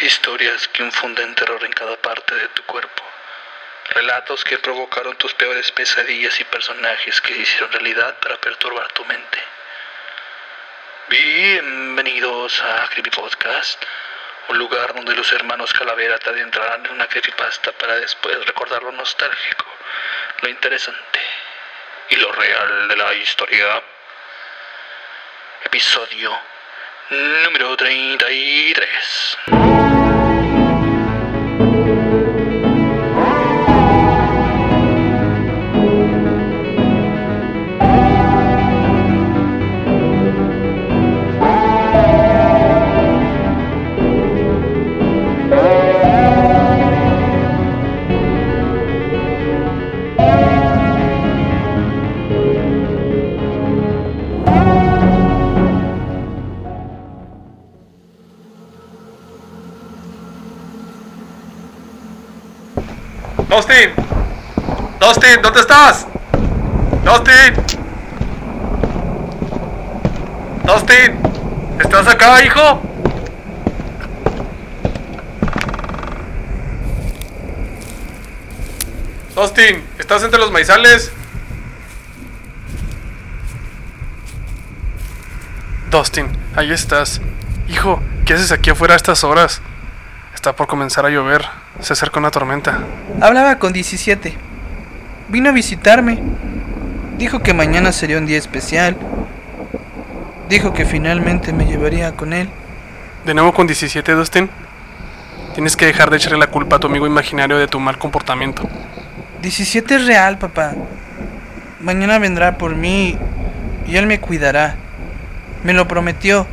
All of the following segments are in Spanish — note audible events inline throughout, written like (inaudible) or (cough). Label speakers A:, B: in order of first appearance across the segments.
A: Historias que infunden terror en cada parte de tu cuerpo. Relatos que provocaron tus peores pesadillas y personajes que se hicieron realidad para perturbar tu mente. Bienvenidos a Creepy Podcast, un lugar donde los hermanos Calavera te adentrarán en una creepypasta para después recordar lo nostálgico, lo interesante y lo real de la historia. Episodio número 33.
B: Dustin, Dustin, ¿dónde estás? Dustin, Dustin, ¿estás acá, hijo? Dustin, ¿estás entre los maizales? Dustin, ahí estás. Hijo, ¿qué haces aquí afuera a estas horas? Está por comenzar a llover. Se acerca una tormenta.
C: Hablaba con 17. Vino a visitarme. Dijo que mañana sería un día especial. Dijo que finalmente me llevaría con él.
B: De nuevo con 17, Dustin. Tienes que dejar de echarle la culpa a tu amigo imaginario de tu mal comportamiento.
C: 17 es real, papá. Mañana vendrá por mí y él me cuidará. Me lo prometió.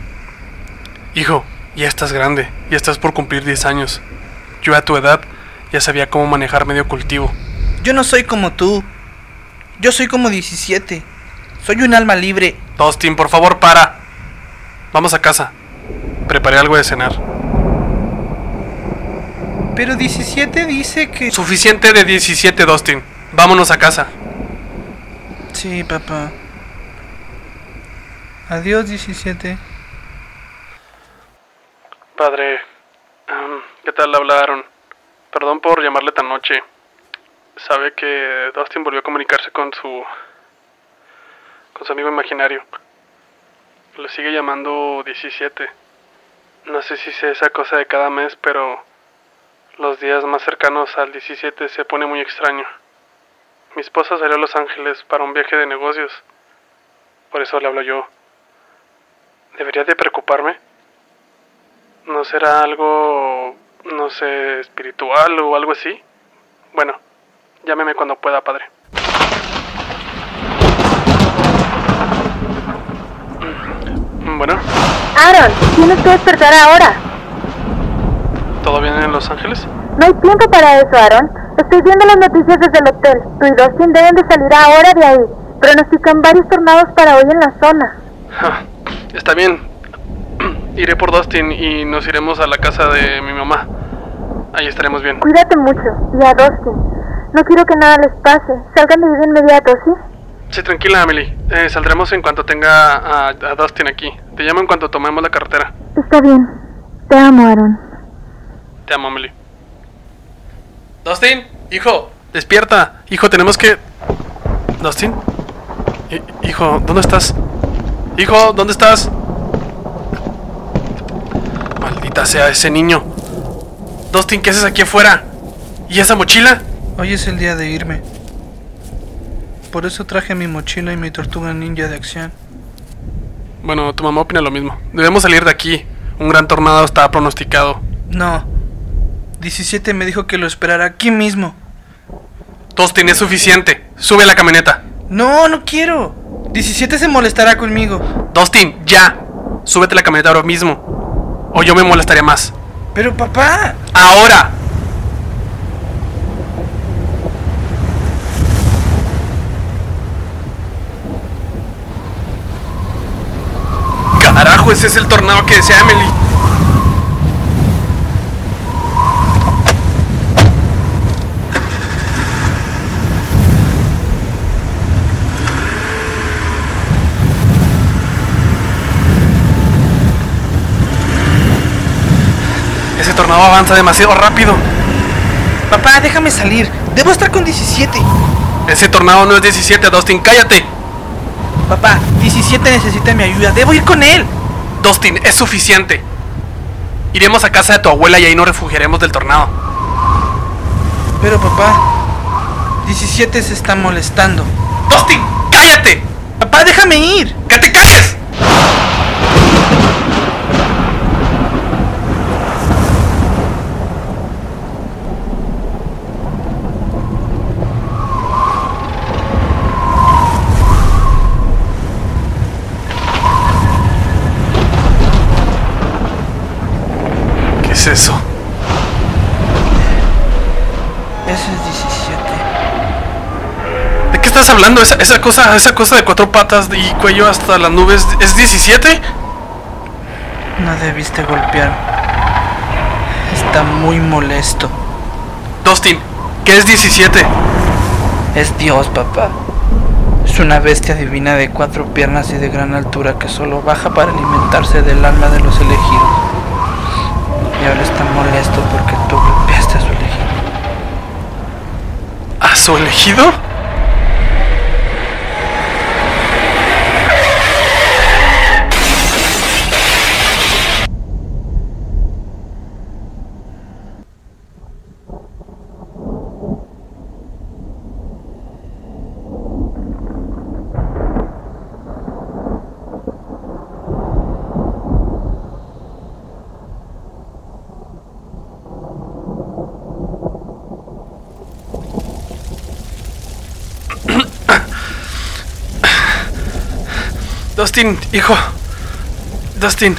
B: Hijo, ya estás grande, ya estás por cumplir 10 años. Yo a tu edad ya sabía cómo manejar medio cultivo.
C: Yo no soy como tú. Yo soy como 17. Soy un alma libre.
B: Dustin, por favor, para. Vamos a casa. Preparé algo de cenar.
C: Pero 17 dice que...
B: Suficiente de 17, Dustin. Vámonos a casa.
C: Sí, papá. Adiós, 17.
B: Padre, em, ¿qué tal hablaron? Perdón por llamarle tan noche. Sabe que Dustin volvió a comunicarse con su con su amigo imaginario. Le sigue llamando 17. No sé si sea esa cosa de cada mes, pero los días más cercanos al 17 se pone muy extraño. Mi esposa salió a Los Ángeles para un viaje de negocios. Por eso le hablo yo. ¿Debería de preocuparme? ¿No será algo, no sé, espiritual o algo así? Bueno, llámeme cuando pueda, padre. Bueno,
D: Aaron, tienes que despertar ahora.
B: ¿todo bien en Los Ángeles?
D: No hay tiempo para eso, Aaron. Estoy viendo las noticias desde el hotel. Tú y Dustin deben de salir ahora de ahí. Pronostican varios tornados para hoy en la zona.
B: Ah, Está bien. (clears throat) Iré por Dustin y nos iremos a la casa de mi mamá. Ahí estaremos bien.
D: Cuídate mucho y a Dustin. No quiero que nada les pase. Salgan de ahí de inmediato, ¿sí?
B: Sí, tranquila, Emily. Eh, saldremos en cuanto tenga a, a Dustin aquí. Te llamo en cuanto tomemos la carretera.
D: Está bien. Te amo, Aaron.
B: Te amo, Emily. Dustin, hijo, despierta. Hijo, tenemos que... Dustin? Hi- hijo, ¿dónde estás? Hijo, ¿dónde estás? Maldita sea ese niño. Dustin, ¿qué haces aquí afuera? ¿Y esa mochila?
C: Hoy es el día de irme. Por eso traje mi mochila y mi tortuga ninja de acción.
B: Bueno, tu mamá opina lo mismo. Debemos salir de aquí. Un gran tornado está pronosticado.
C: No. 17 me dijo que lo esperara aquí mismo.
B: Dustin, es suficiente. Sube a la camioneta.
C: No, no quiero. 17 se molestará conmigo.
B: Dustin, ya. Súbete a la camioneta ahora mismo. O yo me molestaré más.
C: Pero papá.
B: ¡Ahora! ¡Carajo! Ese es el tornado que desea Emily. Ese Ese tornado avanza demasiado rápido.
C: Papá, déjame salir. Debo estar con 17.
B: Ese tornado no es 17, Dustin, cállate.
C: Papá, 17 necesita mi ayuda. Debo ir con él.
B: Dustin, es suficiente. Iremos a casa de tu abuela y ahí nos refugiaremos del tornado.
C: Pero papá, 17 se está molestando.
B: Dustin, cállate.
C: Papá, déjame ir.
B: ¡Que te calles! ¿Qué es eso?
C: Ese es 17.
B: ¿De qué estás hablando? Esa, esa cosa, esa cosa de cuatro patas y cuello hasta las nubes, ¿es 17?
C: No debiste golpearme. Está muy molesto.
B: Dustin, ¿qué es 17?
C: Es Dios, papá. Es una bestia divina de cuatro piernas y de gran altura que solo baja para alimentarse del alma de los elegidos. Y ahora está molesto porque tú golpeaste a su elegido.
B: ¿A su elegido? Dustin, hijo. Dustin,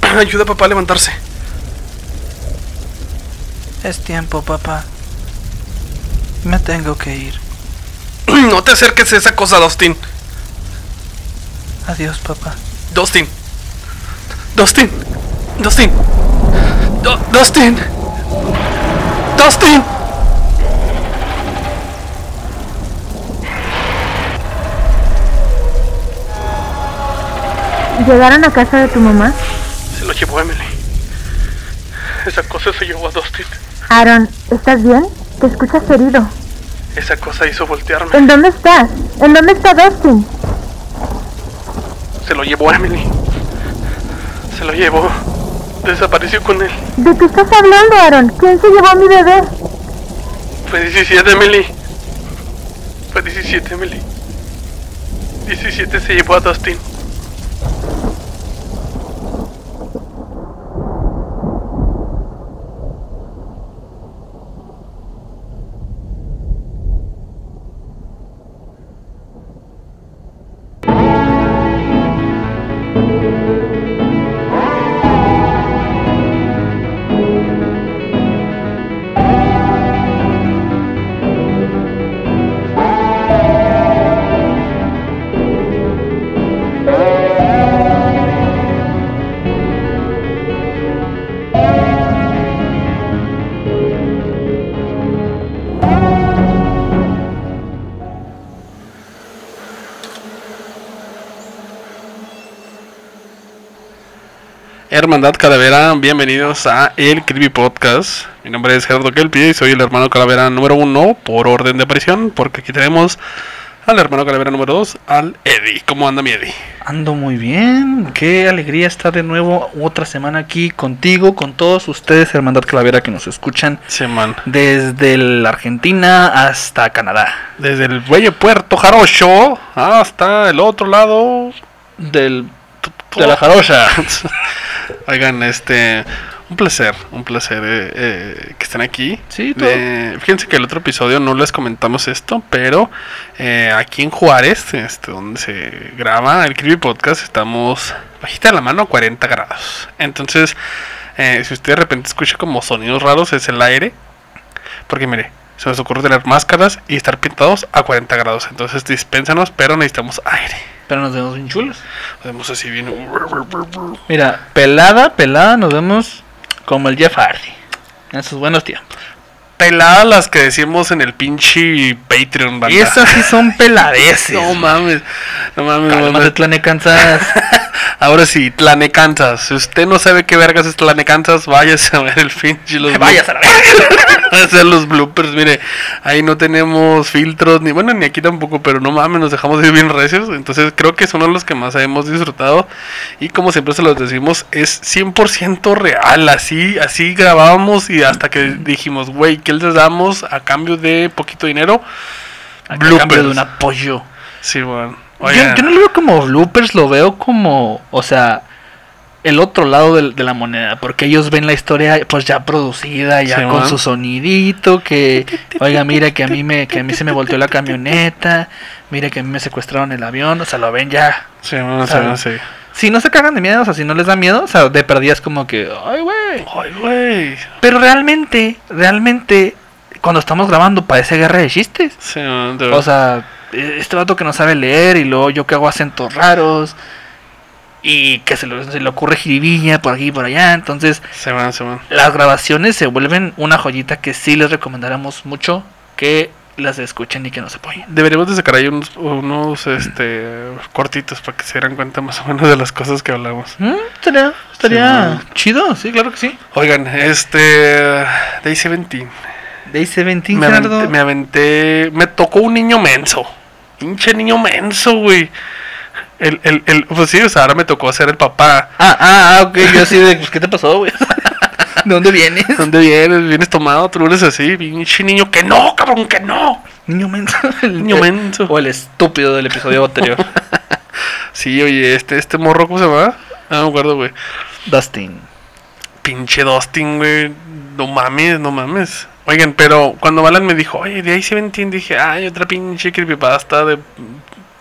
B: (clears throat) ayuda a papá a levantarse. (clears throat)
C: Es tiempo, papá. Me tengo que ir.
B: No te acerques a esa cosa, Dustin.
C: Adiós, papá.
B: Dustin. Dustin. Dustin. Du- Dustin. Dustin.
D: ¿Llegaron a casa de tu mamá?
B: Se lo llevó Emily. Esa cosa se llevó a Dustin.
D: Aaron, ¿estás bien? Te escuchas herido.
B: Esa cosa hizo voltearme.
D: ¿En dónde estás? ¿En dónde está Dustin?
B: Se lo llevó Emily. Se lo llevó. Desapareció con él.
D: ¿De qué estás hablando, Aaron? ¿Quién se llevó a mi bebé?
B: Fue 17, Emily. Fue 17, Emily. 17 se llevó a Dustin. Hermandad Calavera, bienvenidos a El Creepy Podcast. Mi nombre es Gerardo Kelpie y soy el hermano Calavera número uno por orden de aparición, porque aquí tenemos al hermano Calavera número 2, al Eddie. ¿Cómo anda mi Eddie?
C: Ando muy bien. Qué alegría estar de nuevo otra semana aquí contigo, con todos ustedes, Hermandad Clavera, que nos escuchan
B: Sí, man.
C: desde la Argentina hasta Canadá.
B: Desde el Valle Puerto Jarocho hasta el otro lado
C: Del,
B: de la jarocha. (laughs) Oigan, este, un placer, un placer eh, eh, que estén aquí.
C: Sí, todo.
B: Eh, fíjense que el otro episodio no les comentamos esto, pero eh, aquí en Juárez, este, donde se graba el Creepy Podcast, estamos bajita de la mano a 40 grados. Entonces, eh, si usted de repente escucha como sonidos raros, es el aire. Porque mire, se nos ocurre tener máscaras y estar pintados a 40 grados. Entonces, dispénsanos, pero necesitamos aire.
C: Pero nos vemos bien chulos.
B: Hacemos así bien.
C: Mira, pelada, pelada, nos vemos como el Jeff Hardy. En sus buenos tiempos.
B: Peladas las que decimos en el pinche Patreon, banda.
C: (laughs)
E: (laughs)
C: Y esas sí son peladeces.
B: No mames. No mames, no
C: Cálmate,
B: mames.
E: (laughs)
C: Tlanecansas.
E: Ahora sí, Tlanecantas. Si usted no sabe qué vergas es Tlanecantas, váyase a ver el pinche
F: (laughs)
E: los
F: Vayas a la verga.
E: Van a hacer los bloopers, (laughs) mire, ahí no tenemos filtros, ni bueno, ni aquí tampoco, pero no mames, nos dejamos ir bien recios. Entonces creo que son los que más hemos disfrutado. Y como siempre se los decimos, es 100% real. Así, así grabábamos y hasta que dijimos, güey, ¿qué les damos a cambio de poquito dinero?
F: A cambio
E: Bloopers.
F: de un apoyo.
E: Sí, bueno.
F: Yo, yo no lo veo como bloopers, lo veo como, o sea, el otro lado del- de, la moneda, porque ellos ven la historia pues ya producida, ya
E: Sí,
F: con
E: ¿no?
F: su sonidito, que, oiga, mira que a mí me, que a mí se me volteó la camioneta, mira que a mí me secuestraron el avión, o sea, lo ven ya.
E: Sí, bueno, sí,
F: Sabe.
E: bueno, sí.
F: Si no se cagan de miedo, o sea, si no les da miedo, o sea, de perdidas como que, ay, güey.
E: Ay, güey.
F: Pero realmente, realmente, cuando estamos grabando parece guerra de chistes.
E: Sí, bueno, de
F: O sea, e- este vato que no sabe leer y luego yo que hago acentos raros y que se, lo- se le ocurre jiribilla por aquí y por allá. Entonces,
E: Se van, se van.
F: las grabaciones se vuelven una joyita que sí les recomendáramos mucho que las escuchen y que nos apoyen.
E: Deberíamos de sacar ahí unos, unos este, cortitos para que se dieran cuenta más o menos de las cosas que hablamos.
F: Mm, Estaría, estaría
E: Sí,
F: chido, sí, claro que sí.
E: Oigan, este. Day 17.
F: Dice 20,
E: Me aventé, me aventé- me tocó un niño menso. Pinche niño menso, güey. El, el, el, pues sí, o sea, ahora me tocó ser el papá.
F: Ah, ah, ah, ok, yo así de, pues, ¿qué te pasó, güey? ¿De dónde vienes?
E: ¿Dónde vienes? ¿Vienes tomado? ¿Tú eres así? Pinche niño, que no, cabrón, que no.
F: (laughs) Niño menso. El,
E: Niño menso.
F: O el estúpido del episodio anterior.
E: Sí, oye, este, este morro, ¿cómo se llama? Ah, No me acuerdo, güey.
F: (laughs) Dustin.
E: Pinche Dustin, güey. No mames, no mames. Oigan, pero cuando Balan me dijo, oye, de ahí se entiende, dije, ay, otra pinche creepypasta de,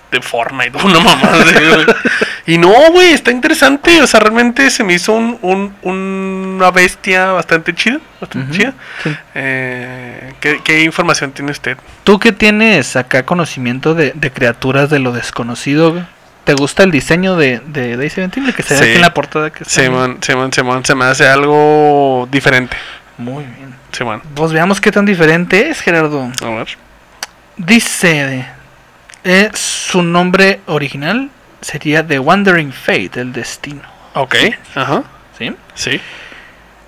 E: de Fortnite, (laughs) una mamá. y no, güey, está interesante. O sea, realmente se me hizo un, un- una bestia bastante chida. Bastante
F: Ujú,
E: chida.
F: sí.
E: Eh, ¿qué, qué información tiene usted?
F: Tú que tienes acá conocimiento de, de criaturas de lo desconocido, güey, ¿te gusta el diseño de, de Day 17? El que se
E: Sí.
F: ve aquí en la portada que está bien?
E: Simón, Simón, Simón, se me hace algo diferente.
F: Muy bien.
E: Simón,
F: Pues veamos qué tan diferente es, Gerardo.
E: a ver.
F: Dice, eh, su nombre original sería The Wandering Fate, el destino.
E: Ok, ajá,
F: ¿sí?
E: sí.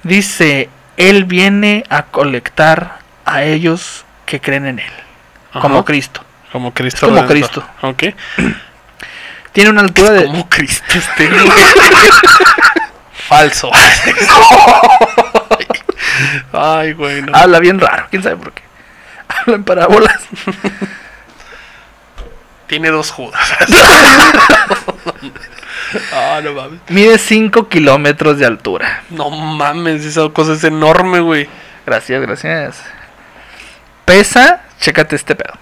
F: Dice, él viene a colectar a ellos que creen en él,
E: ajá.
F: como Cristo.
E: Como
F: Es
E: Cristo.
F: como
E: Redentor.
F: Cristo.
E: Ok.
F: Tiene una altura de...
E: Como Cristo
F: (laughs)
E: este. (laughs) Falso. Ay, güey, no.
F: Habla bien raro, quién sabe por qué. Habla en parábolas.
E: Tiene dos judas. Ah, no mames.
F: Mide 5 kilómetros de altura.
E: No mames, esa cosa es enorme, güey.
F: Gracias, gracias. Pesa, chécate este pedo.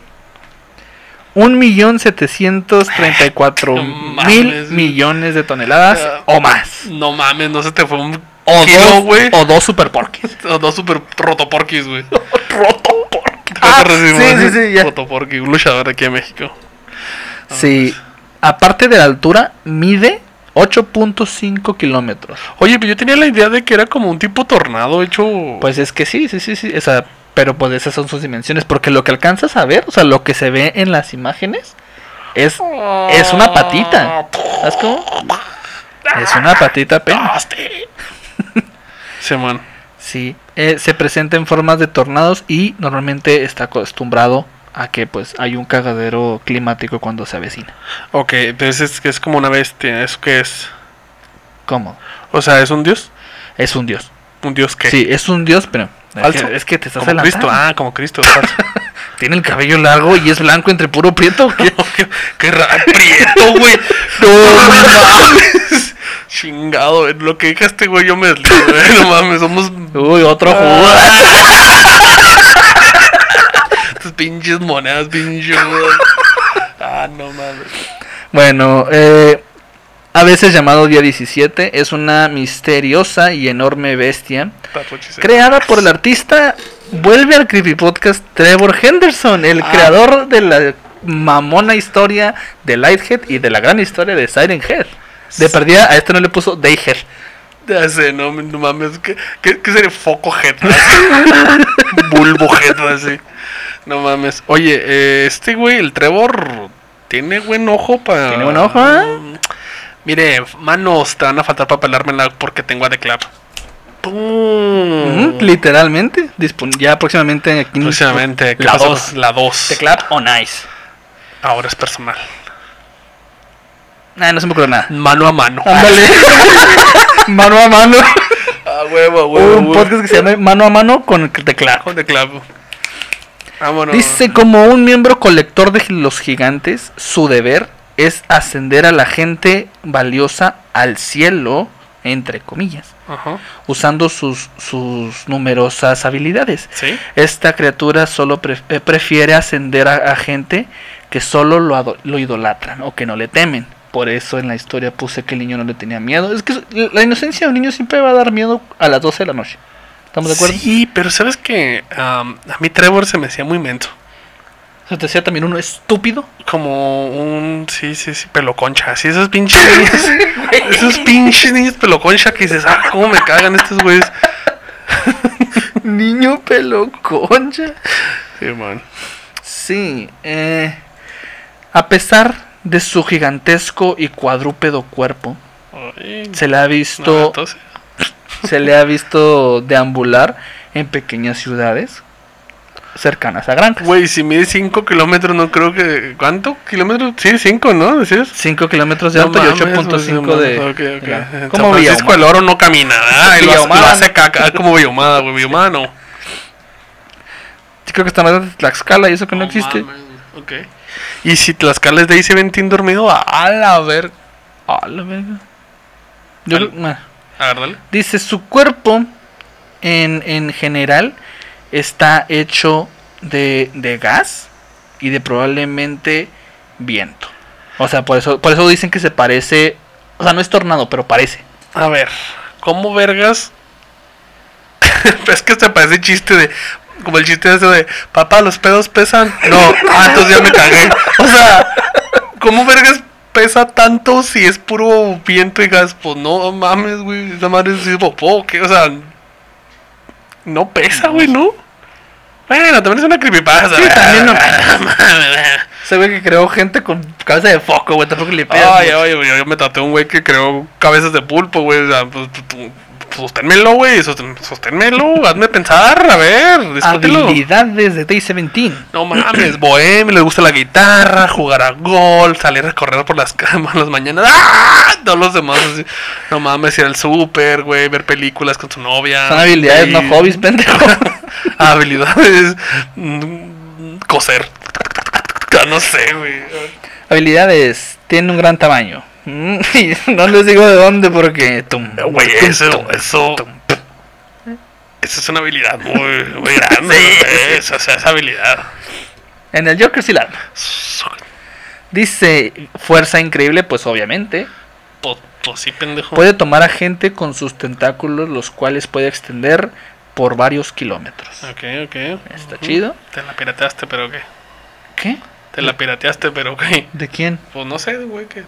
F: Un millón setecientos treinta y cuatro
E: No
F: mil
E: mames.
F: millones de toneladas
E: Ah.
F: o más.
E: No mames, no se te fue un
F: O
E: kilo,
F: dos,
E: güey.
F: o dos super
E: (laughs)
F: porquis.
E: O dos super rotoporquis, güey. Rotoporquis.
F: Ah, sí, sí,
E: ¿eh?
F: sí, ya.
E: Rotoporquis, un luchador aquí en México. (laughs)
F: Sí. Aparte de la altura, mide 8.5 kilómetros.
E: Oye, pero yo tenía la idea de que era como un tipo tornado hecho.
F: Pues es que sí, sí, sí, sí. O sea, pero pues esas son sus dimensiones. Porque lo que alcanzas a ver, o sea, lo que se ve en las imágenes es, es una
E: Ah,
F: patita. ¿Sabes cómo? Es una patita apenas.
E: Sí, man.
F: Sí. Eh, se presenta en formas de tornados y normalmente está acostumbrado a que pues hay un cagadero climático cuando se avecina.
E: Ok, entonces es que es como una bestia, ¿eso qué es?
F: ¿Cómo?
E: O sea, ¿es un dios?
F: Es un dios.
E: ¿Un dios qué?
F: Sí, es un dios, pero...
E: ¿Falso?
F: Es que, es que te estás
E: Como
F: adelantando.
E: Cristo, ah, como Cristo, falso.
F: Tiene el cabello largo y es blanco entre puro prieto. ¿o qué?
E: qué, qué raro, prieto, güey. (laughs) No mames. Chingado, güey, lo que dejaste, güey, yo me deslío, (laughs) güey. No mames, somos
F: (laughs) Uy, otro jugo.
E: Ah. tus pinches monedas, pinche, güey. Ah, no mames.
F: Bueno, eh, a veces llamado Día 17, es una misteriosa y enorme bestia
E: That's what she said.
F: creada por el artista, vuelve al creepypodcast Trevor Henderson, el
E: Ah.
F: creador de la mamona historia de Lighthead y de la gran historia de Siren Head. De perdida, a este no le puso Dayhead.
E: Ya sé, no, no mames. ¿Qué, qué, qué sería foco head? (laughs) Bulbo head, así. No mames. Oye, eh, este güey, el Trevor, tiene buen ojo para.
F: Tiene buen ojo, ¿eh?
E: Mire, manos, te van a faltar para pelármela porque tengo a The Clap. ¡Pum!
F: Ujú, literalmente. dispon- ya próximamente aquí en-
E: Próximamente, ¿qué
F: Mm. la
E: pasa?
F: 2.
E: La 2.
F: Teclap o Nice.
E: Ahora es personal.
F: Nah, no se me ocurrió nada.
E: Mano a mano.
F: Ándale. (laughs) mano a mano.
E: A huevo, a
F: Un podcast que se llama Mano a Mano con el
E: (laughs)
F: teclado.
E: Con The Clap. Vámonos.
F: Dice, como un miembro colector de los gigantes, su deber es ascender a la gente valiosa al cielo, entre comillas,
E: Ajá.
F: usando sus, sus numerosas habilidades.
E: ¿Sí?
F: Esta criatura solo pre- eh, prefiere ascender a, a gente que solo lo, ado- lo idolatran o que no le temen. Por eso en la historia puse que el niño no le tenía miedo. Es que su- la inocencia de un niño siempre va a dar miedo a las 12 de la noche. ¿Estamos de acuerdo?
E: Sí, pero sabes que a mí Trevor se me hacía muy mento.
F: Se te decía también uno
E: (laughs)
F: estúpido.
E: Como un. Sí, sí, sí, peloconcha. Así esos pinches niños. (laughs) esos pinches niños peloconcha que dices, ah, cómo me cagan estos güeyes.
F: Niño pelo concha.
E: Sí, man.
F: Sí, eh, a pesar de su gigantesco y cuadrúpedo cuerpo,
E: Ay,
F: se le ha
E: no,
F: visto,
E: entonces,
F: se le ha visto deambular en pequeñas ciudades cercanas a granjas.
E: Güey, si mide 5 kilómetros, no creo que. ¿Cuánto? ¿Kilómetros? Sí, 5, ¿no? Decías.
F: 5 kilómetros de
E: No
F: alto y
E: mames,
F: 8.5
E: pues,
F: de...
E: no, ok, ok.
F: de la-
E: En
F: ¿Cómo
E: San
F: Villa
E: Francisco
F: Humada?
E: el oro no camina, ¿verdad? Y lo, hace,
F: Villahumada.
E: lo hace caca. Es como Villahumada, güey. Villahumada no.
F: Sí, creo que está más de Tlaxcala y eso que no,
E: No
F: existe.
E: mames, ok. Y si Tlaxcala es de ahí, se ven tin dormido, a- a la ver.
F: A Ah, la verga. Yo-
E: Al-
F: bueno.
E: A ver, dale.
F: Dice, su cuerpo en, en general está hecho de, de gas y de probablemente viento. O sea, por eso, por eso dicen que se parece... O sea, no es tornado, pero parece.
E: A ver, ¿cómo vergas? (laughs) es que te parece chiste de. Como el chiste ese de. Papá, los pedos pesan. No, ah, entonces ya me cagué. O sea, ¿cómo vergas pesa tanto si es puro viento y gas? Pues no mames, güey. Esa madre es popó, ¿qué? O sea. No pesa, güey, ¿no? Bueno, también es una creepypasta.
F: Sí,
E: (laughs)
F: también no.
E: mames.
F: Se ve que creó gente con cabeza de foco, güey. Tampoco le pegas,
E: Ay,
F: güey.
E: ay, yo, yo me traté a un güey que creó cabezas de pulpo, güey. O sea, pues, tú- tú- sosténmelo, güey. sostén- Sosténmelo. hazme pensar. A ver, discútelo.
F: Habilidades de Day-17.
E: No mames, bohemio, le gusta la guitarra, jugar a golf, salir a correr por las (laughs) camas las mañanas. ¡Ah! Todos los demás. así. No mames, ir al súper, güey, ver películas con su novia.
F: Son habilidades,
E: Y-
F: no hobbies, pendejo.
E: habilidades. mm, Coser. (laughs) No sé, güey.
F: (laughs) habilidades. Tiene un gran tamaño. Mm, (laughs) y no les digo de dónde porque... tum,
E: Eh, Güey,
F: tum,
E: eso,
F: tum,
E: eso.
F: tum.
E: Esa es una habilidad muy, muy grande. ¿no? Es, o sea, esa habilidad.
F: En el Joker sí la arma. Dice fuerza increíble, pues obviamente.
E: Pues pues sí, pendejo.
F: Puede tomar a gente con sus tentáculos, los cuales puede extender por varios kilómetros.
E: Ok, ok.
F: Está
E: Ujú.
F: chido.
E: Te la pirateaste, pero ¿qué?
F: ¿Qué?
E: Te la pirateaste,
B: (laughs)
E: pero ¿qué?
F: ¿De quién?
E: Pues no sé, güey, que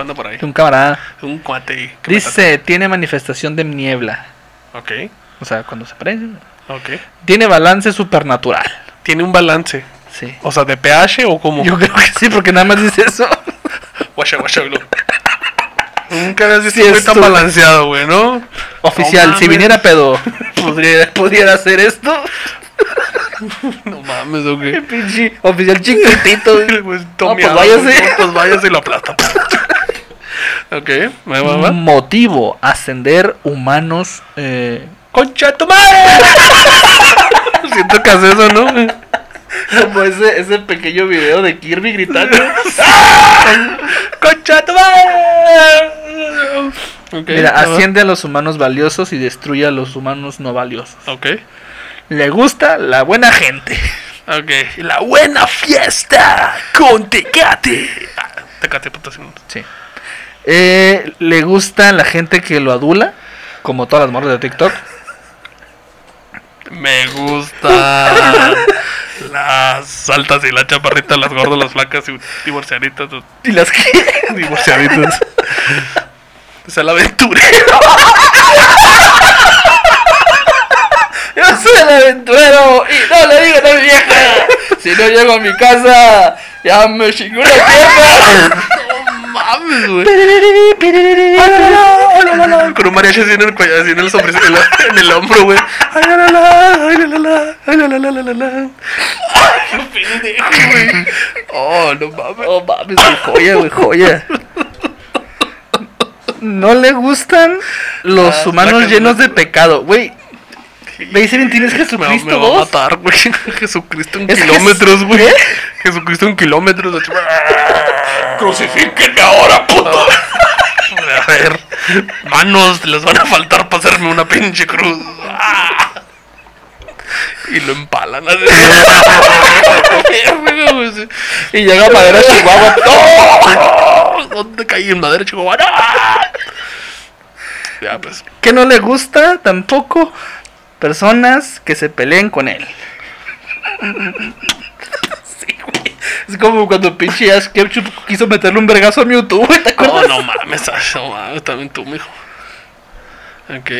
E: anda por ahí.
F: De un camarada.
E: Un cuate ahí. que
F: Dice, tiene manifestación de niebla.
E: patatea.
F: O sea, cuando se aparece.
E: Ok, ok.
F: Tiene balance supernatural.
E: Tiene un balance.
F: Sí.
E: O sea, de pH o como.
F: Yo creo que sí, porque nada más dice
E: (laughs)
F: eso.
E: Guasha, guasha, blue. Nunca habías visto
F: Sí,
E: un güey
F: es
E: tan
F: tu-
E: balanceado, güey, ¿no?
F: Oficial,
E: No
F: si
E: mames.
F: viniera pedo, ¿podría, ¿pudiera hacer esto?
E: No mames, ok.
F: Pinche Oficial chiquitito.
E: (laughs) El güey es
F: No, pues
E: tomeado,
F: váyase.
E: güey, Pues váyase y lo aplasta. ok, me va,
F: Mm.
E: va.
F: (laughs) Motivo, ascender humanos. Eh,
E: ¡Concha de tu madre! (laughs) Siento que hace eso, ¿no?
F: Como ese, ese pequeño video de Kirby
E: (laughs)
F: gritando. (laughs) ¡Ah!
E: ¡Concha de tu madre! Ok,
F: Mira,
E: me va.
F: asciende a los humanos valiosos y destruye a los humanos no valiosos.
E: Ok,
F: Le gusta la buena gente.
E: ok. Y La buena fiesta con Tecate. Ah, Tecate, puto, sí.
F: Sí. Eh, le gusta la gente que lo adula, como todas las morras de TikTok.
E: Me gusta.
F: (laughs)
E: Las altas y las chaparritas, las gordas, las flacas y divorciaditas.
F: Y las que...
E: (laughs)
F: (laughs)
E: Divorciaditas. Es el aventurero.
F: Yo soy el aventurero y no le digo a mi vieja. Si no llego a mi casa, ya me chingó la jefa.
E: No
B: mames, güey. Con un mariachi así en el cuello, así en el, sobre, en la- en el hombro, güey. Ay, la, la, la, ay, la, la, la, ay, la, la, la, la, la, la. Ay, qué pendejo, güey. Oh, no mames.
F: Oh, mames, güey, joya, güey, joya. No le gustan los
B: Ah,
F: humanos
B: sácame.
F: llenos de pecado, güey. Le dice bien, tienes
B: Me va- me
F: Jesucristo
B: va a
F: vos.
B: matar, güey. (laughs) Jesucristo en
F: Es que-
B: kilómetros, güey.
F: ¿Eh?
B: Jesucristo en kilómetros. así.
A: (laughs) ¡Crucifíquenme ahora, puto!
B: (laughs) A ver, manos les van a faltar para hacerme una pinche cruz. ¡Ah! Y lo empalan.
A: (laughs)
B: así.
F: Y llega
B: (laughs)
F: Madera Chihuahua.
B: ¡No! ¿Dónde caí en madera, Chihuahua? (laughs) ¡No! Ya, pues.
F: Que no le gusta tampoco personas que se peleen con él. (laughs) Sí, güey. Es como cuando pinche Ash Ketchum quiso meterle un vergazo a Mewtwo, güey, ¿te
B: No,
E: Oh,
F: acuerdas?
B: no mames, Ash, no mames, también tú, mijo. Ok.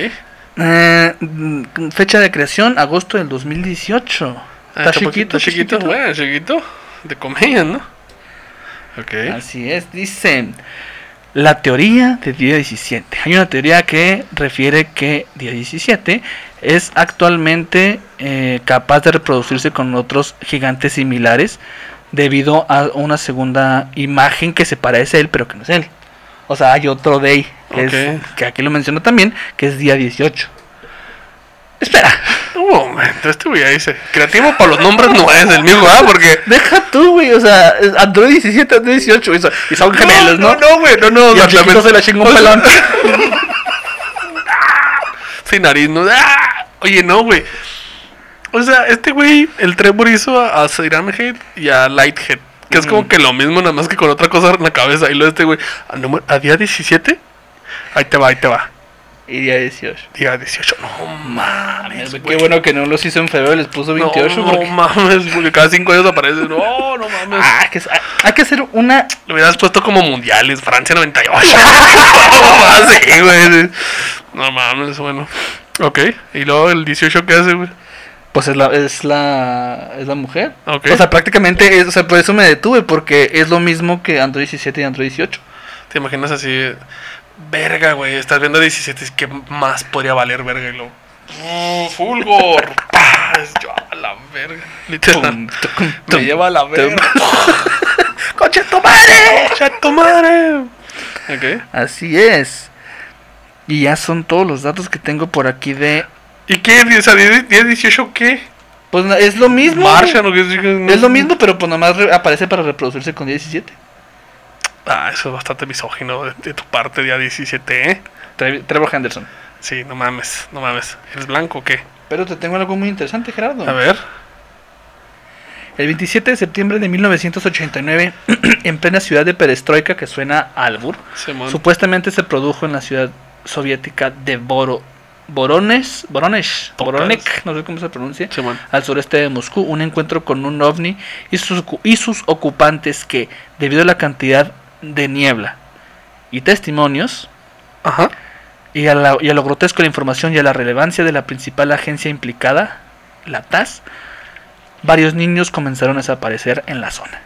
F: Eh, mm, fecha de creación, agosto del 2018.
B: Ah,
F: Está
B: poquito-
F: chiquito,
B: chiquito,
E: Ah,
B: bueno, chiquito. De comedia, ¿no? Ok.
F: Así es, dicen. La teoría de día 17. Hay una teoría que refiere que día 17 es actualmente eh, capaz de reproducirse con otros gigantes similares debido a una segunda imagen que se parece a él, pero que no es él. O sea, hay otro day, que, es-
B: Ok.
F: que aquí lo menciono también, que es día 18. Espera,
B: Un momento, este güey ya dice. Creativo para los nombres no es el mismo, ¿ah? Porque.
F: deja tú, güey. O sea, es Android 17, Android 18, güey, y son gemelos, ¿no?
B: No, no, güey, no, no.
F: Y al
B: o sea,
F: chiquito se la chingó un
B: (laughs)
F: pelón.
B: Sin nariz, no. ¡Ah! Oye, no, güey. O sea, este güey, el Trevor hizo a, a Head y a Lighthead. Que es como que lo mismo, nada más que con otra cosa en la cabeza. Y luego este güey, a, número- a día 17, ahí te va, ahí te va.
F: Y día 18.
B: Día 18, no
F: Mierda,
B: mames.
F: Qué
B: Pues, güey.
F: bueno que no los hizo en febrero, les puso 28
B: no,
F: porque...
B: no mames, porque cada 5 años aparece. No,
F: (laughs)
B: no mames.
F: Ah, que es- ah, hay que hacer una...
B: Lo hubieras puesto como mundiales, Francia 98.
F: (laughs)
B: Así, güey. No mames, bueno. Ok, y luego el 18 que hace, güey.
F: Pues es la, es la, es la mujer.
B: Ok.
F: O sea, prácticamente, es- o sea, por eso me detuve, porque es lo mismo que Android 17 y Android 18.
B: Te imaginas así, verga, güey. Estás viendo 17, es que más podría valer verga y lo. Mm, Fulgor. Pah, es yo a la verga. Literal.
F: Tum, tum,
B: Me
F: tum,
B: lleva a la
F: tum. (laughs)
B: verga. ¡Coche tu madre! ¡Coche tu madre! Ok.
F: Así es. Y ya son todos los datos que tengo por aquí de...
B: ¿Y qué? O sea, 10, 18 qué?
F: Pues na- es lo mismo.
B: Marcha, ¿no?
F: güey. Es lo mismo, pero pues nomás re- aparece para reproducirse con 17.
B: Ah, eso es bastante misógino de, de tu parte, día 17, ¿eh?
F: Tre- Trevor Henderson.
B: Sí, no mames, no mames. ¿Eres blanco o qué?
F: Pero te tengo algo muy interesante, Gerardo.
B: A ver.
F: El 27 de septiembre de 1989, (clears throat) en plena ciudad de Perestroika, que suena a albur,
B: Simón.
F: supuestamente se produjo en la ciudad soviética de Boro, Borones, Borones,
B: Pocas.
F: Boronek, no sé cómo se pronuncia,
B: Simón.
F: al sureste de Moscú, un encuentro con un ovni y sus, y sus ocupantes que, debido a la cantidad de niebla y testimonios,
B: Ajá.
F: y a, la- y a lo grotesco de la información y a la relevancia de la principal agencia implicada, la TAS, varios niños comenzaron a desaparecer en la zona.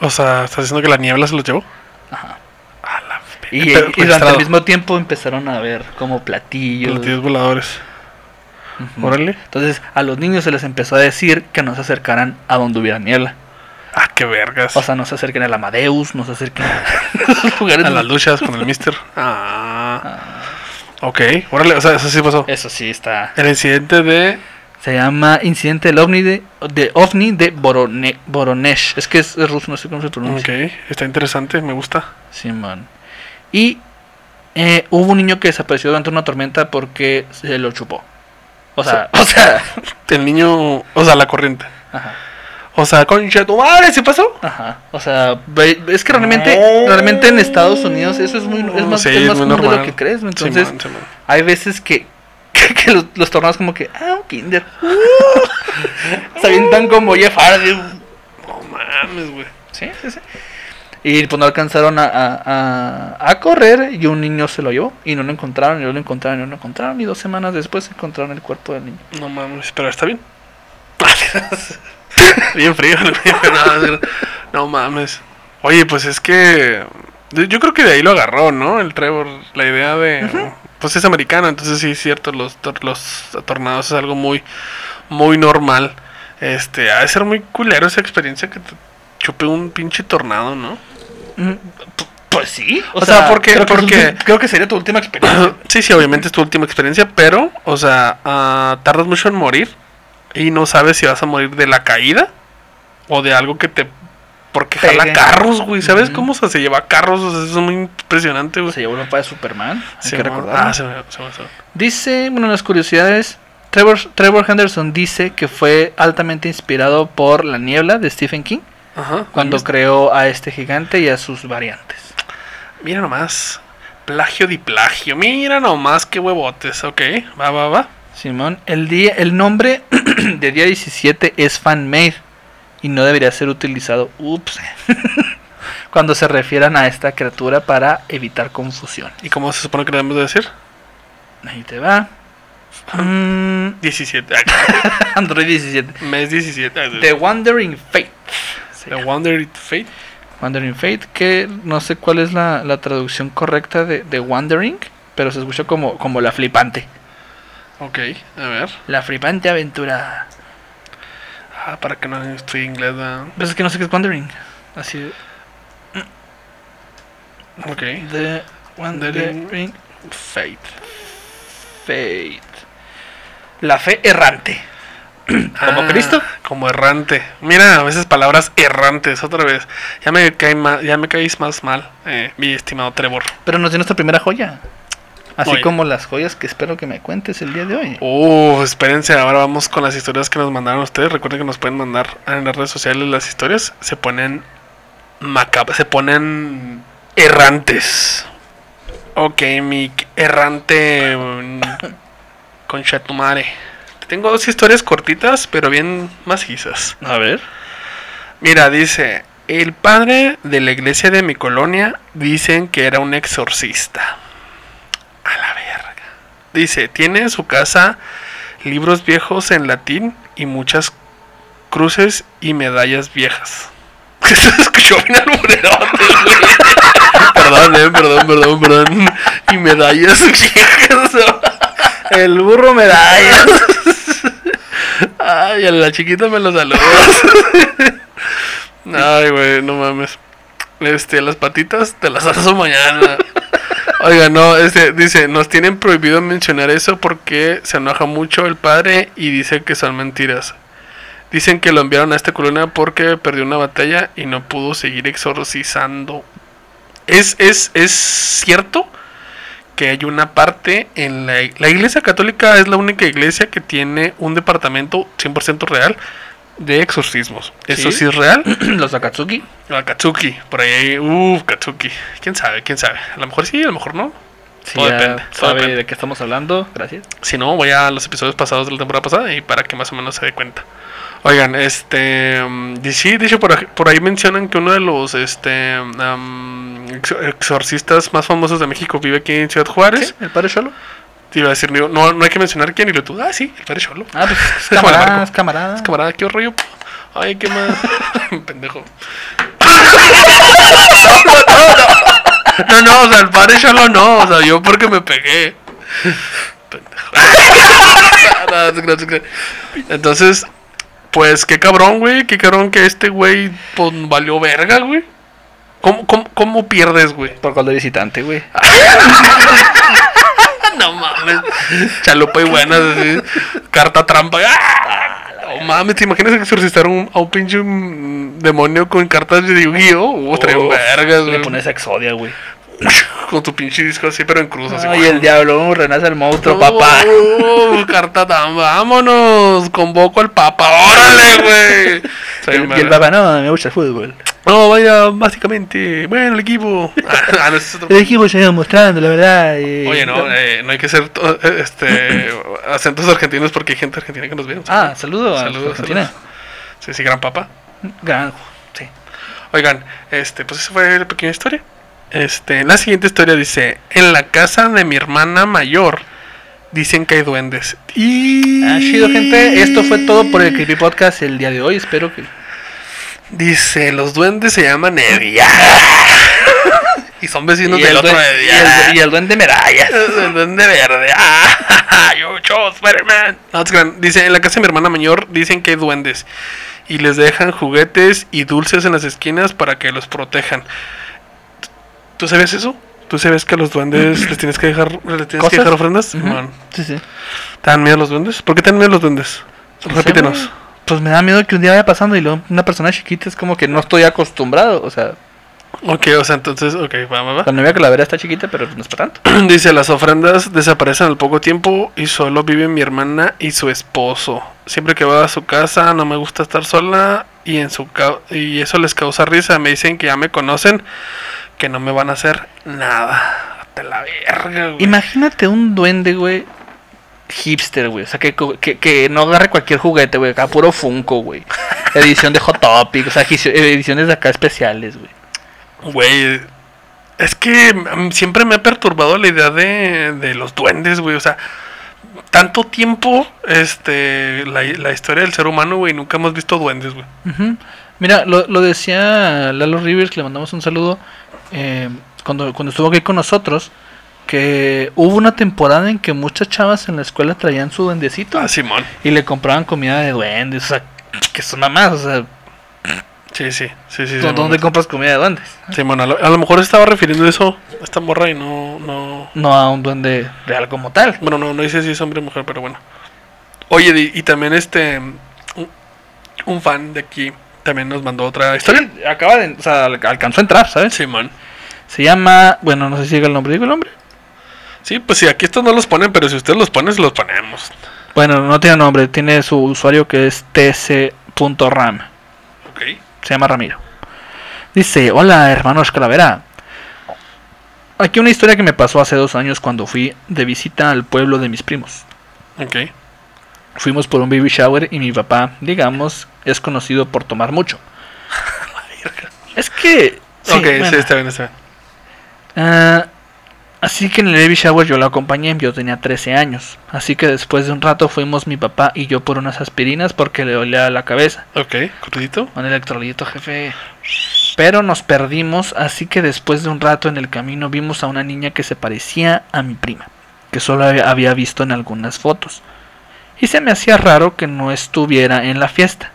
B: O sea, ¿estás diciendo que la niebla se lo llevó?
F: Ajá.
B: A la
F: Y,
B: Pero
F: y durante
B: registrado.
F: el mismo tiempo empezaron a ver como platillos.
B: Platillos voladores.
F: Ujú.
B: Órale.
F: Entonces a los niños se les empezó a decir que no se acercaran a donde hubiera niebla.
B: Ah, qué vergas.
F: O sea, no se acerquen al Amadeus, no se acerquen a (laughs) esos lugares.
B: a las
F: donde-
B: luchas (laughs) con el mister. Ah. Eh. Ok, órale, o sea, eso sí pasó.
F: Eso sí está.
B: El incidente de.
F: Se llama Incidente del OVNI de, de, OVNI de Borone- Boronesh. Es que es, es ruso, no sé cómo se pronuncia.
B: Ok, está interesante, me gusta.
F: Simón. Y eh, hubo un niño que desapareció durante una tormenta porque se lo chupó. O sea, (laughs) o sea.
B: El niño. O sea, la corriente.
F: Ajá,
B: O sea, concha de tu madre, ¿se pasó?
F: ajá. O sea, ve- es que realmente,
B: No.
F: realmente en Estados Unidos eso es muy es más,
B: Sí,
F: es
B: muy
F: más común de lo
B: normal.
F: que crees. ¿no? Entonces,
B: Simón, Simón.
F: hay veces que, (laughs) que, que los, los tornados como que, ah, un (laughs) kinder. se avientan como Jeff Hardy.
B: No mames, güey.
F: Sí, sí, sí. Y pues no alcanzaron a, a- a- a correr y un niño se lo llevó y no lo encontraron, y no lo encontraron, y no lo encontraron. Y dos semanas después encontraron el cuerpo del niño.
B: No mames, pero está
E: (laughs)
B: bien. bien frío, no, no mames. Oye, pues es que
E: Yo creo que de ahí lo agarró, ¿no? El Trevor, la idea de... Pues es americano, entonces sí es cierto, los, tor- los tornados es algo muy, muy normal. Este, ha de ser muy culero esa experiencia que te chupé un pinche tornado, ¿no?
F: Pues sí.
E: O sea, porque-
F: creo que es
E: porque-
F: tu- creo que sería tu última (coughs) experiencia.
E: Sí, sí, obviamente es tu última experiencia, pero, o sea, ah, tardas mucho en morir y no sabes si vas a morir de la caída o de algo que te... Porque jala
F: Pegue.
E: carros, güey, ¿sabes
F: Ujú.
E: cómo? O sea, se lleva carros, o sea, eso es muy impresionante, güey.
F: Se llevó una para de Superman. Hay
E: Sí,
F: que
E: mo-
F: recordarlo.
E: Ah, se me- se me- se me-
F: Dice, bueno, las curiosidades. Trevor, Trevor Henderson dice que fue altamente inspirado por La Niebla de Stephen King
E: Ajá.
F: cuando creó a este gigante y a sus variantes.
E: Mira nomás. Plagio di plagio. Mira nomás qué huevotes. Ok, va, va, va.
F: Simón, el, día, el nombre (clears throat) de día 17 es fan-made y no debería ser utilizado ups, (laughs) cuando se refieran a esta criatura para evitar confusión.
E: ¿Y cómo se supone que le debemos de decir?
F: Ahí te va. Mm, (laughs)
E: 17. ah,
F: Android
E: (laughs)
F: 17.
E: mes 17. ah,
F: The Wandering Fate.
E: The Wonder It Fate.
F: Wandering Fate, que no sé cuál es la, la traducción correcta de, de Wandering, pero se escucha como, como la flipante.
E: Ok, a ver.
F: La flipante aventura.
E: Ah, para que no estudie inglés. ah. ¿verdad?
F: Pues es que no sé qué es Wandering. Así.
E: Ok.
F: The Wandering
E: Fate.
F: Fate. La fe errante. ¿Como
E: Ah,
F: Cristo?
E: Como errante. Mira, a veces palabras errantes. Otra vez. Ya me, caen ma- ya me caís más mal, eh, mi estimado Trevor.
F: Pero nos dio nuestra primera joya. Así
E: Oye.
F: como las joyas que espero que me cuentes el día de hoy. (clears throat)
E: Oh, espérense, ahora vamos con las historias que nos mandaron ustedes. Recuerden que nos pueden mandar en las redes sociales las historias. Se ponen macab se ponen errantes. Ok, mi errante mm, (coughs) concha de tu madre. Tengo dos historias cortitas, pero bien macizas.
F: A ver.
E: Mira, dice, el padre de la iglesia de mi colonia dicen que era un exorcista. A la verga. Dice, tiene en su casa libros viejos en latín y muchas cruces y medallas viejas. (laughs) Eso se escuchó bien alburerote, güey. Perdón, eh, perdón, perdón, perdón. Y medallas viejas.
F: El burro me da.
E: Ay, a la chiquita me lo saludas. Ay, güey, no mames. Este, las patitas te las aso mañana. Oiga, no, este, dice, nos tienen prohibido mencionar eso porque se enoja mucho el padre y dice que son mentiras. Dicen que lo enviaron a esta colonia porque perdió una batalla y no pudo seguir exorcizando. Es, es, es cierto que hay una parte en la, ig- la iglesia católica es la única iglesia que tiene un departamento 100% real de exorcismos. Eso
F: ¿Sí?
E: sí es real.
F: Los Akatsuki.
E: Ah, Katsuki, por ahí, uff, Katsuki. ¿Quién sabe? ¿Quién sabe? A lo mejor sí, a lo mejor no.
F: Sí,
E: Todo
F: ya
E: depende, todo
F: sabe
E: depende.
F: de qué estamos hablando. Gracias.
E: Si no, voy a los episodios pasados de la temporada pasada y para que más o menos se dé cuenta. Oigan, este. mm, y Sí, de hecho, por, aj- por ahí mencionan que uno de los este, mm, exor- exorcistas más famosos de México vive aquí en Ciudad Juárez.
F: ¿El padre Cholo?
E: Te iba a decir, no, no hay que mencionar quién, y lo tú, ah, sí, el padre Cholo.
F: Ah, pues
E: (laughs)
F: es
E: Déjame
F: camarada,
E: marco.
F: es camarada.
E: Es Ah, camarada, qué rollo. Ay, qué más. (laughs) Pendejo. no, no, o sea, el padre Cholo no. O sea, yo porque me pegué. Pendejo. (laughs) No, no te creas, no te creas. Entonces, pues qué cabrón, güey. Qué cabrón que este güey pues, valió verga, güey. ¿Cómo, cómo, cómo pierdes, güey?
F: Por cual de visitante, güey.
E: (laughs)
F: Ah,
E: No mames. Chalupa y buenas, así. Carta trampa. ¡Ah! No mames, ¿te imaginas exorcistar un, a un pinche mm, demonio con cartas de Yu-Gi-Oh? Uh, estaría
F: Uf,
E: vergas,
F: Le
E: güey.
F: pones Exodia, güey.
E: Con tu pinche disco así, pero en cruz. así,
F: Ay, el diablo, renace el monstruo,
E: ¡Oh!
F: papá.
E: carta trampa. Vámonos. Convoco al papá. Órale, güey. Está bien
F: El- (laughs) y el
E: verga.
F: papá, no, me gusta el fútbol.
E: No, vaya, básicamente. Bueno, el equipo. (laughs) Ah, no, ese es otro-
F: El equipo se iba mostrando, la verdad. eh,
E: Oye, no, eh, no hay que ser to- eh,
F: (coughs)
E: este, acentos argentinos porque hay gente argentina que nos ve.
F: Ah, saludo a
E: Saludos,
F: Argentina.
E: Sí, sí, gran papá.
F: Gran, sí.
E: Oigan, este, pues esa fue la pequeña historia. Este, la siguiente historia dice, en la casa de mi hermana mayor dicen que hay duendes. Y
F: Ha sido, Ah, gente. Esto fue todo por el Creepy Podcast el día de hoy. Espero que. (laughs)
E: Dice, los duendes se llaman Eddie.
B: Y son vecinos
F: Y
B: del
F: el,
B: otro.
F: duen-
B: de-
F: y el- y el duende medallas.
B: El duende verde. (laughs) Ah, yo, yo, Spider-Man. No, es gran. Dice, en la casa de mi hermana mayor dicen que hay duendes. Y les dejan juguetes y dulces en las esquinas para que los protejan. ¿Tú sabes eso? ¿Tú sabes que a los
F: (clears throat)
B: duendes les tienes que dejar, les tienes que
F: ¿Cosas?
B: dejar ofrendas?
F: Ujú.
B: Simón.
F: (laughs) Sí, sí.
B: ¿Te dan miedo los duendes? ¿Por qué te dan miedo los duendes? Repítenos.
F: Pues me da miedo que un día vaya pasando y luego una persona chiquita es como que no estoy acostumbrado. O sea,
B: Ok, o sea, entonces, ok, va, va, va.
F: la novia calavera está chiquita, pero no es para tanto.
B: (clears throat) Dice, las ofrendas desaparecen al poco tiempo y solo viven mi hermana y su esposo. Siempre que va a su casa no me gusta estar sola y, en su ca- y eso les causa risa. Me dicen que ya me conocen, que no me van a hacer nada. Hasta la verga, güey.
F: Imagínate un duende, güey. Hipster, güey. O sea, que, co- que, que no agarre cualquier juguete, güey. Acá puro Funko, (laughs) güey. Edición de Hot Topic. O sea, edici- ediciones de acá especiales, güey.
B: Güey, es que mm, siempre me ha perturbado la idea de, de los duendes, güey. O sea, tanto tiempo, este, la, la historia del ser humano, güey, nunca hemos visto duendes, güey.
F: Ujú. Mira, lo, lo decía Lalo Rivers, que le mandamos un saludo, eh, cuando, cuando estuvo aquí con nosotros, que hubo una temporada en que muchas chavas en la escuela traían su duendecito
B: Ah, Simón.
F: y le compraban comida de duendes, o sea, que son mamás, o sea,
B: Sí, sí, sí, sí.
F: ¿dó-
B: Simón.
F: ¿dónde compras comida de duendes?
B: Sí, bueno, a lo, a lo mejor estaba refiriendo eso a esta morra y no, no...
F: No a un duende real como tal.
B: Bueno, no, no dice si es hombre o mujer, pero bueno. Oye, di- y, también este... Un, un fan de aquí también nos mandó otra historia.
F: Sí, acaba de, o sea, al- alcanzó a entrar, ¿sabes?
B: Simón.
F: Se llama, bueno, no sé si llega el nombre, digo el nombre.
B: Sí, pues sí, aquí estos no los ponen, pero si ustedes los ponen, se los ponemos.
F: Bueno, no tiene nombre, tiene su usuario que es tc.ram.
B: Ok.
F: Se llama Ramiro. Dice, hola hermanos Calavera. Aquí una historia que me pasó hace dos años cuando fui de visita al pueblo de mis primos.
B: Ok.
F: Fuimos por un baby shower y mi papá, digamos, es conocido por tomar
B: (laughs)
F: mucho. es que... sí,
B: ok, sí,
F: bueno.
B: está bien, está bien.
F: Ah, así que en el baby shower yo lo acompañé, yo tenía 13 años. Así que después de un rato fuimos mi papá y yo por unas aspirinas porque le dolía la cabeza.
B: Ok, cortito.
F: Un electrolito, jefe. Pero nos perdimos, así que después de un rato en el camino vimos a una niña que se parecía a mi prima, que solo hab- había visto en algunas fotos. Y se me hacía raro que no estuviera en la fiesta,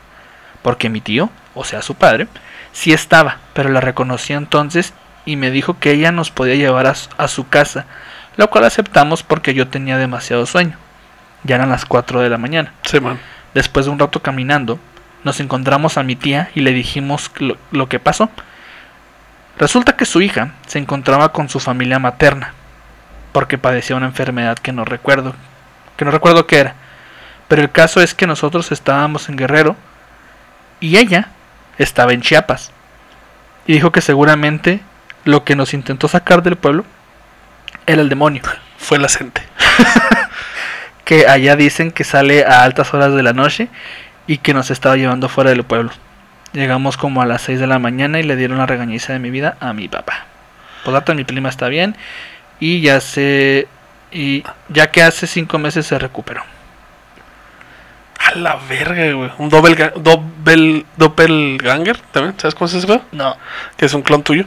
F: porque mi tío, o sea su padre, sí estaba, pero la reconocí entonces y me dijo que ella nos podía llevar a su, a su casa, lo cual aceptamos porque yo tenía demasiado sueño. Ya eran las 4 de la mañana.
B: Simón.
F: Después de un rato caminando, nos encontramos a mi tía y le dijimos lo, lo que pasó. Resulta que su hija se encontraba con su familia materna, porque padecía una enfermedad que no recuerdo, que no recuerdo qué era. Pero el caso es que nosotros estábamos en Guerrero y ella estaba en Chiapas. Y dijo que seguramente lo que nos intentó sacar del pueblo era el demonio
B: Fue la gente.
F: que allá dicen que sale a altas horas de la noche y que nos estaba llevando fuera del pueblo. Llegamos como a las 6 de la mañana y le dieron la regañiza de mi vida a mi papá. Por tanto, mi prima está bien y ya se y ya que hace 5 meses se recuperó.
B: A la verga, güey. Un doppelga- doppel, doppelganger también. ¿Sabes cómo se ese pedo?
F: No.
B: Que es un clon tuyo.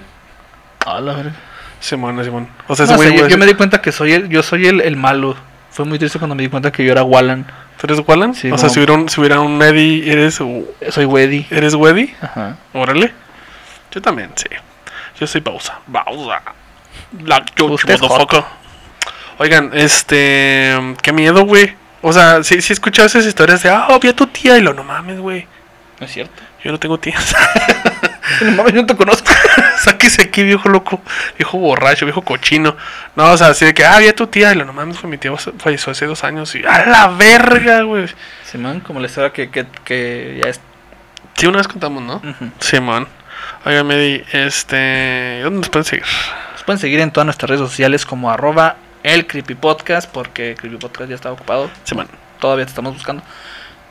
F: A la verga.
B: Simón, Simón. O sea, ese
F: No, o sea,
B: güey,
F: yo,
B: güey,
F: yo me di cuenta que soy el yo soy el, el malo. Fue muy triste cuando me di cuenta que yo era Wallan.
B: ¿Tú eres Wallan?
F: Sí,
B: o sea,
F: no.
B: si hubiera un, si hubiera un Eddie, ¿eres,
F: Soy Weddy.
B: eres Weddy?
F: Ajá.
B: Órale. Yo también, sí. Yo soy Bausa. Bausa. Black George,
F: Usted es hot.
B: motherfucker. Oigan, este. Qué miedo, güey. O sea, sí, sí he escuchado esas historias de, ah, vi a tu tía y lo, no mames, güey.
F: No es cierto.
B: Yo no tengo tía.
F: (laughs)
B: (laughs)
F: No mames, yo no te conozco.
B: Sáquese aquí, viejo loco. Viejo borracho, viejo cochino. No, o sea, así de que, ah, vi a tu tía y lo, no mames, fue mi tía falleció hace dos años y, a la verga, güey.
F: Simón, como les estaba que, que, que ya es.
B: Sí, una vez contamos, ¿no?
F: Ujú.
B: Simón. Oigan, Medi, este. ¿Dónde nos pueden seguir?
F: Nos pueden seguir en todas nuestras redes sociales como arroba el creepypodcast, porque creepypodcast ya está ocupado,
B: Simón.
F: todavía te estamos buscando.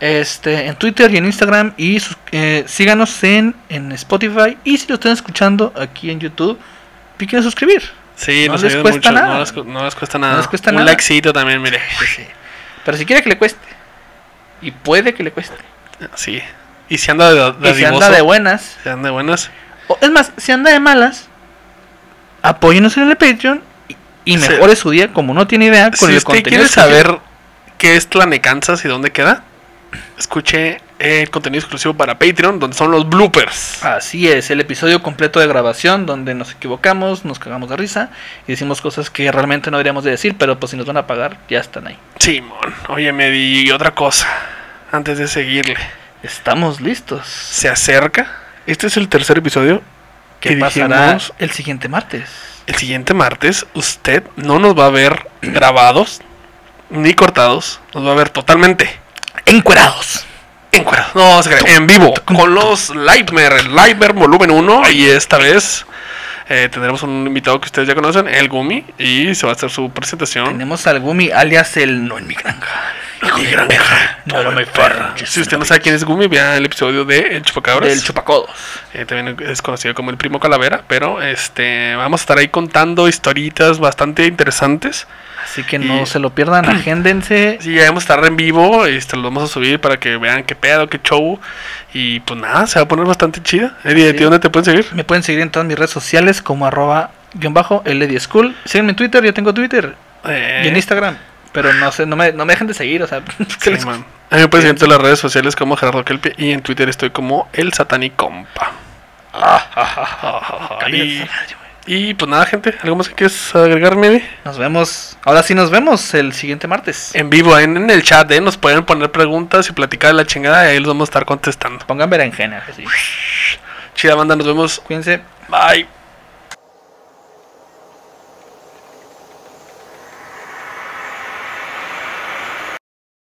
F: Este, en Twitter y en Instagram y sus- eh, síganos en, en Spotify y si lo están escuchando aquí en YouTube, piquen a suscribir.
B: Sí,
F: No
B: nos
F: les
B: ayudan
F: cuesta
B: mucho.
F: nada.
B: No, les, cu- no les cuesta nada.
F: les cuesta
B: Un
F: nada.
B: likecito también, mire.
F: Pero si quiere que le cueste, y puede que le cueste,
B: Sí. Y si anda de,
F: y si anda de
B: de,
F: buenas,
B: si anda de buenas.
F: o, es más, si anda de malas, Apóyenos en el Patreon y- y
E: Sí.
F: mejore su día como no tiene idea con
E: si
F: el
E: usted
F: contenido.
E: quiere
F: exclusivo.
E: saber qué es Tlanecansas y dónde queda, escuche el contenido exclusivo para Patreon, donde son los bloopers.
F: Así es, el episodio completo de grabación donde nos equivocamos, nos cagamos de risa y decimos cosas que realmente no deberíamos de decir, pero pues si nos van a pagar, ya están ahí.
E: Simón, oye, me di otra cosa. Antes de seguirle,
F: Estamos listos.
E: se acerca. Este es el tercer episodio.
F: ¿Qué
E: y
F: pasará
E: dijimos,
F: el siguiente martes?
E: El siguiente martes, usted no nos va a ver grabados ni cortados. Nos va a ver totalmente
F: Encuerados.
E: encuadrados. No, se crea, en vivo. Con los Lightmare, el Lightmare volumen 1. Y esta vez eh, tendremos un invitado que ustedes ya conocen, el Gumi. Y se va a hacer su presentación.
F: Tenemos al Gumi, alias el no en mi granja.
E: Hijo de gran deja,
F: No lo me
E: Si usted no sabe quién es Gumi, vea el episodio de El Chupacabras.
F: Del chupacodos.
E: Eh, también es conocido como el primo calavera, pero este vamos a estar ahí contando historitas bastante interesantes.
F: Así que no
E: Y-
F: se
E: (clears throat)
F: lo pierdan, agéndense.
E: Sí, ya vamos a estar en vivo, este, lo vamos a subir para que vean qué pedo, qué show. Y pues nada, se va a poner bastante chida. Eddie, ¿a ti
F: Sí.
E: dónde te pueden seguir?
F: Me pueden seguir en todas mis redes sociales como arroba guión bajo LD School. Síganme en Twitter, yo tengo Twitter.
E: Eh,
F: Y en Instagram. Pero no sé, no me, no me dejen de seguir, o sea, (laughs) ¿qué
E: sí,
F: les-
E: man. A mí me pueden seguir en todas las redes sociales como Gerardo Kelpie y en Twitter estoy como el satanicompa.
F: Cambias.
E: y, y pues nada, gente, ¿algo más que quieres agregarme? Eddie?
F: Nos vemos. Ahora sí nos vemos el siguiente martes.
E: En vivo, en, en el chat, ¿eh? nos pueden poner preguntas y platicar de la chingada y ahí los vamos a estar contestando.
F: Pongan berenjena. así.
E: Chida banda, nos vemos.
F: Cuídense.
E: Bye.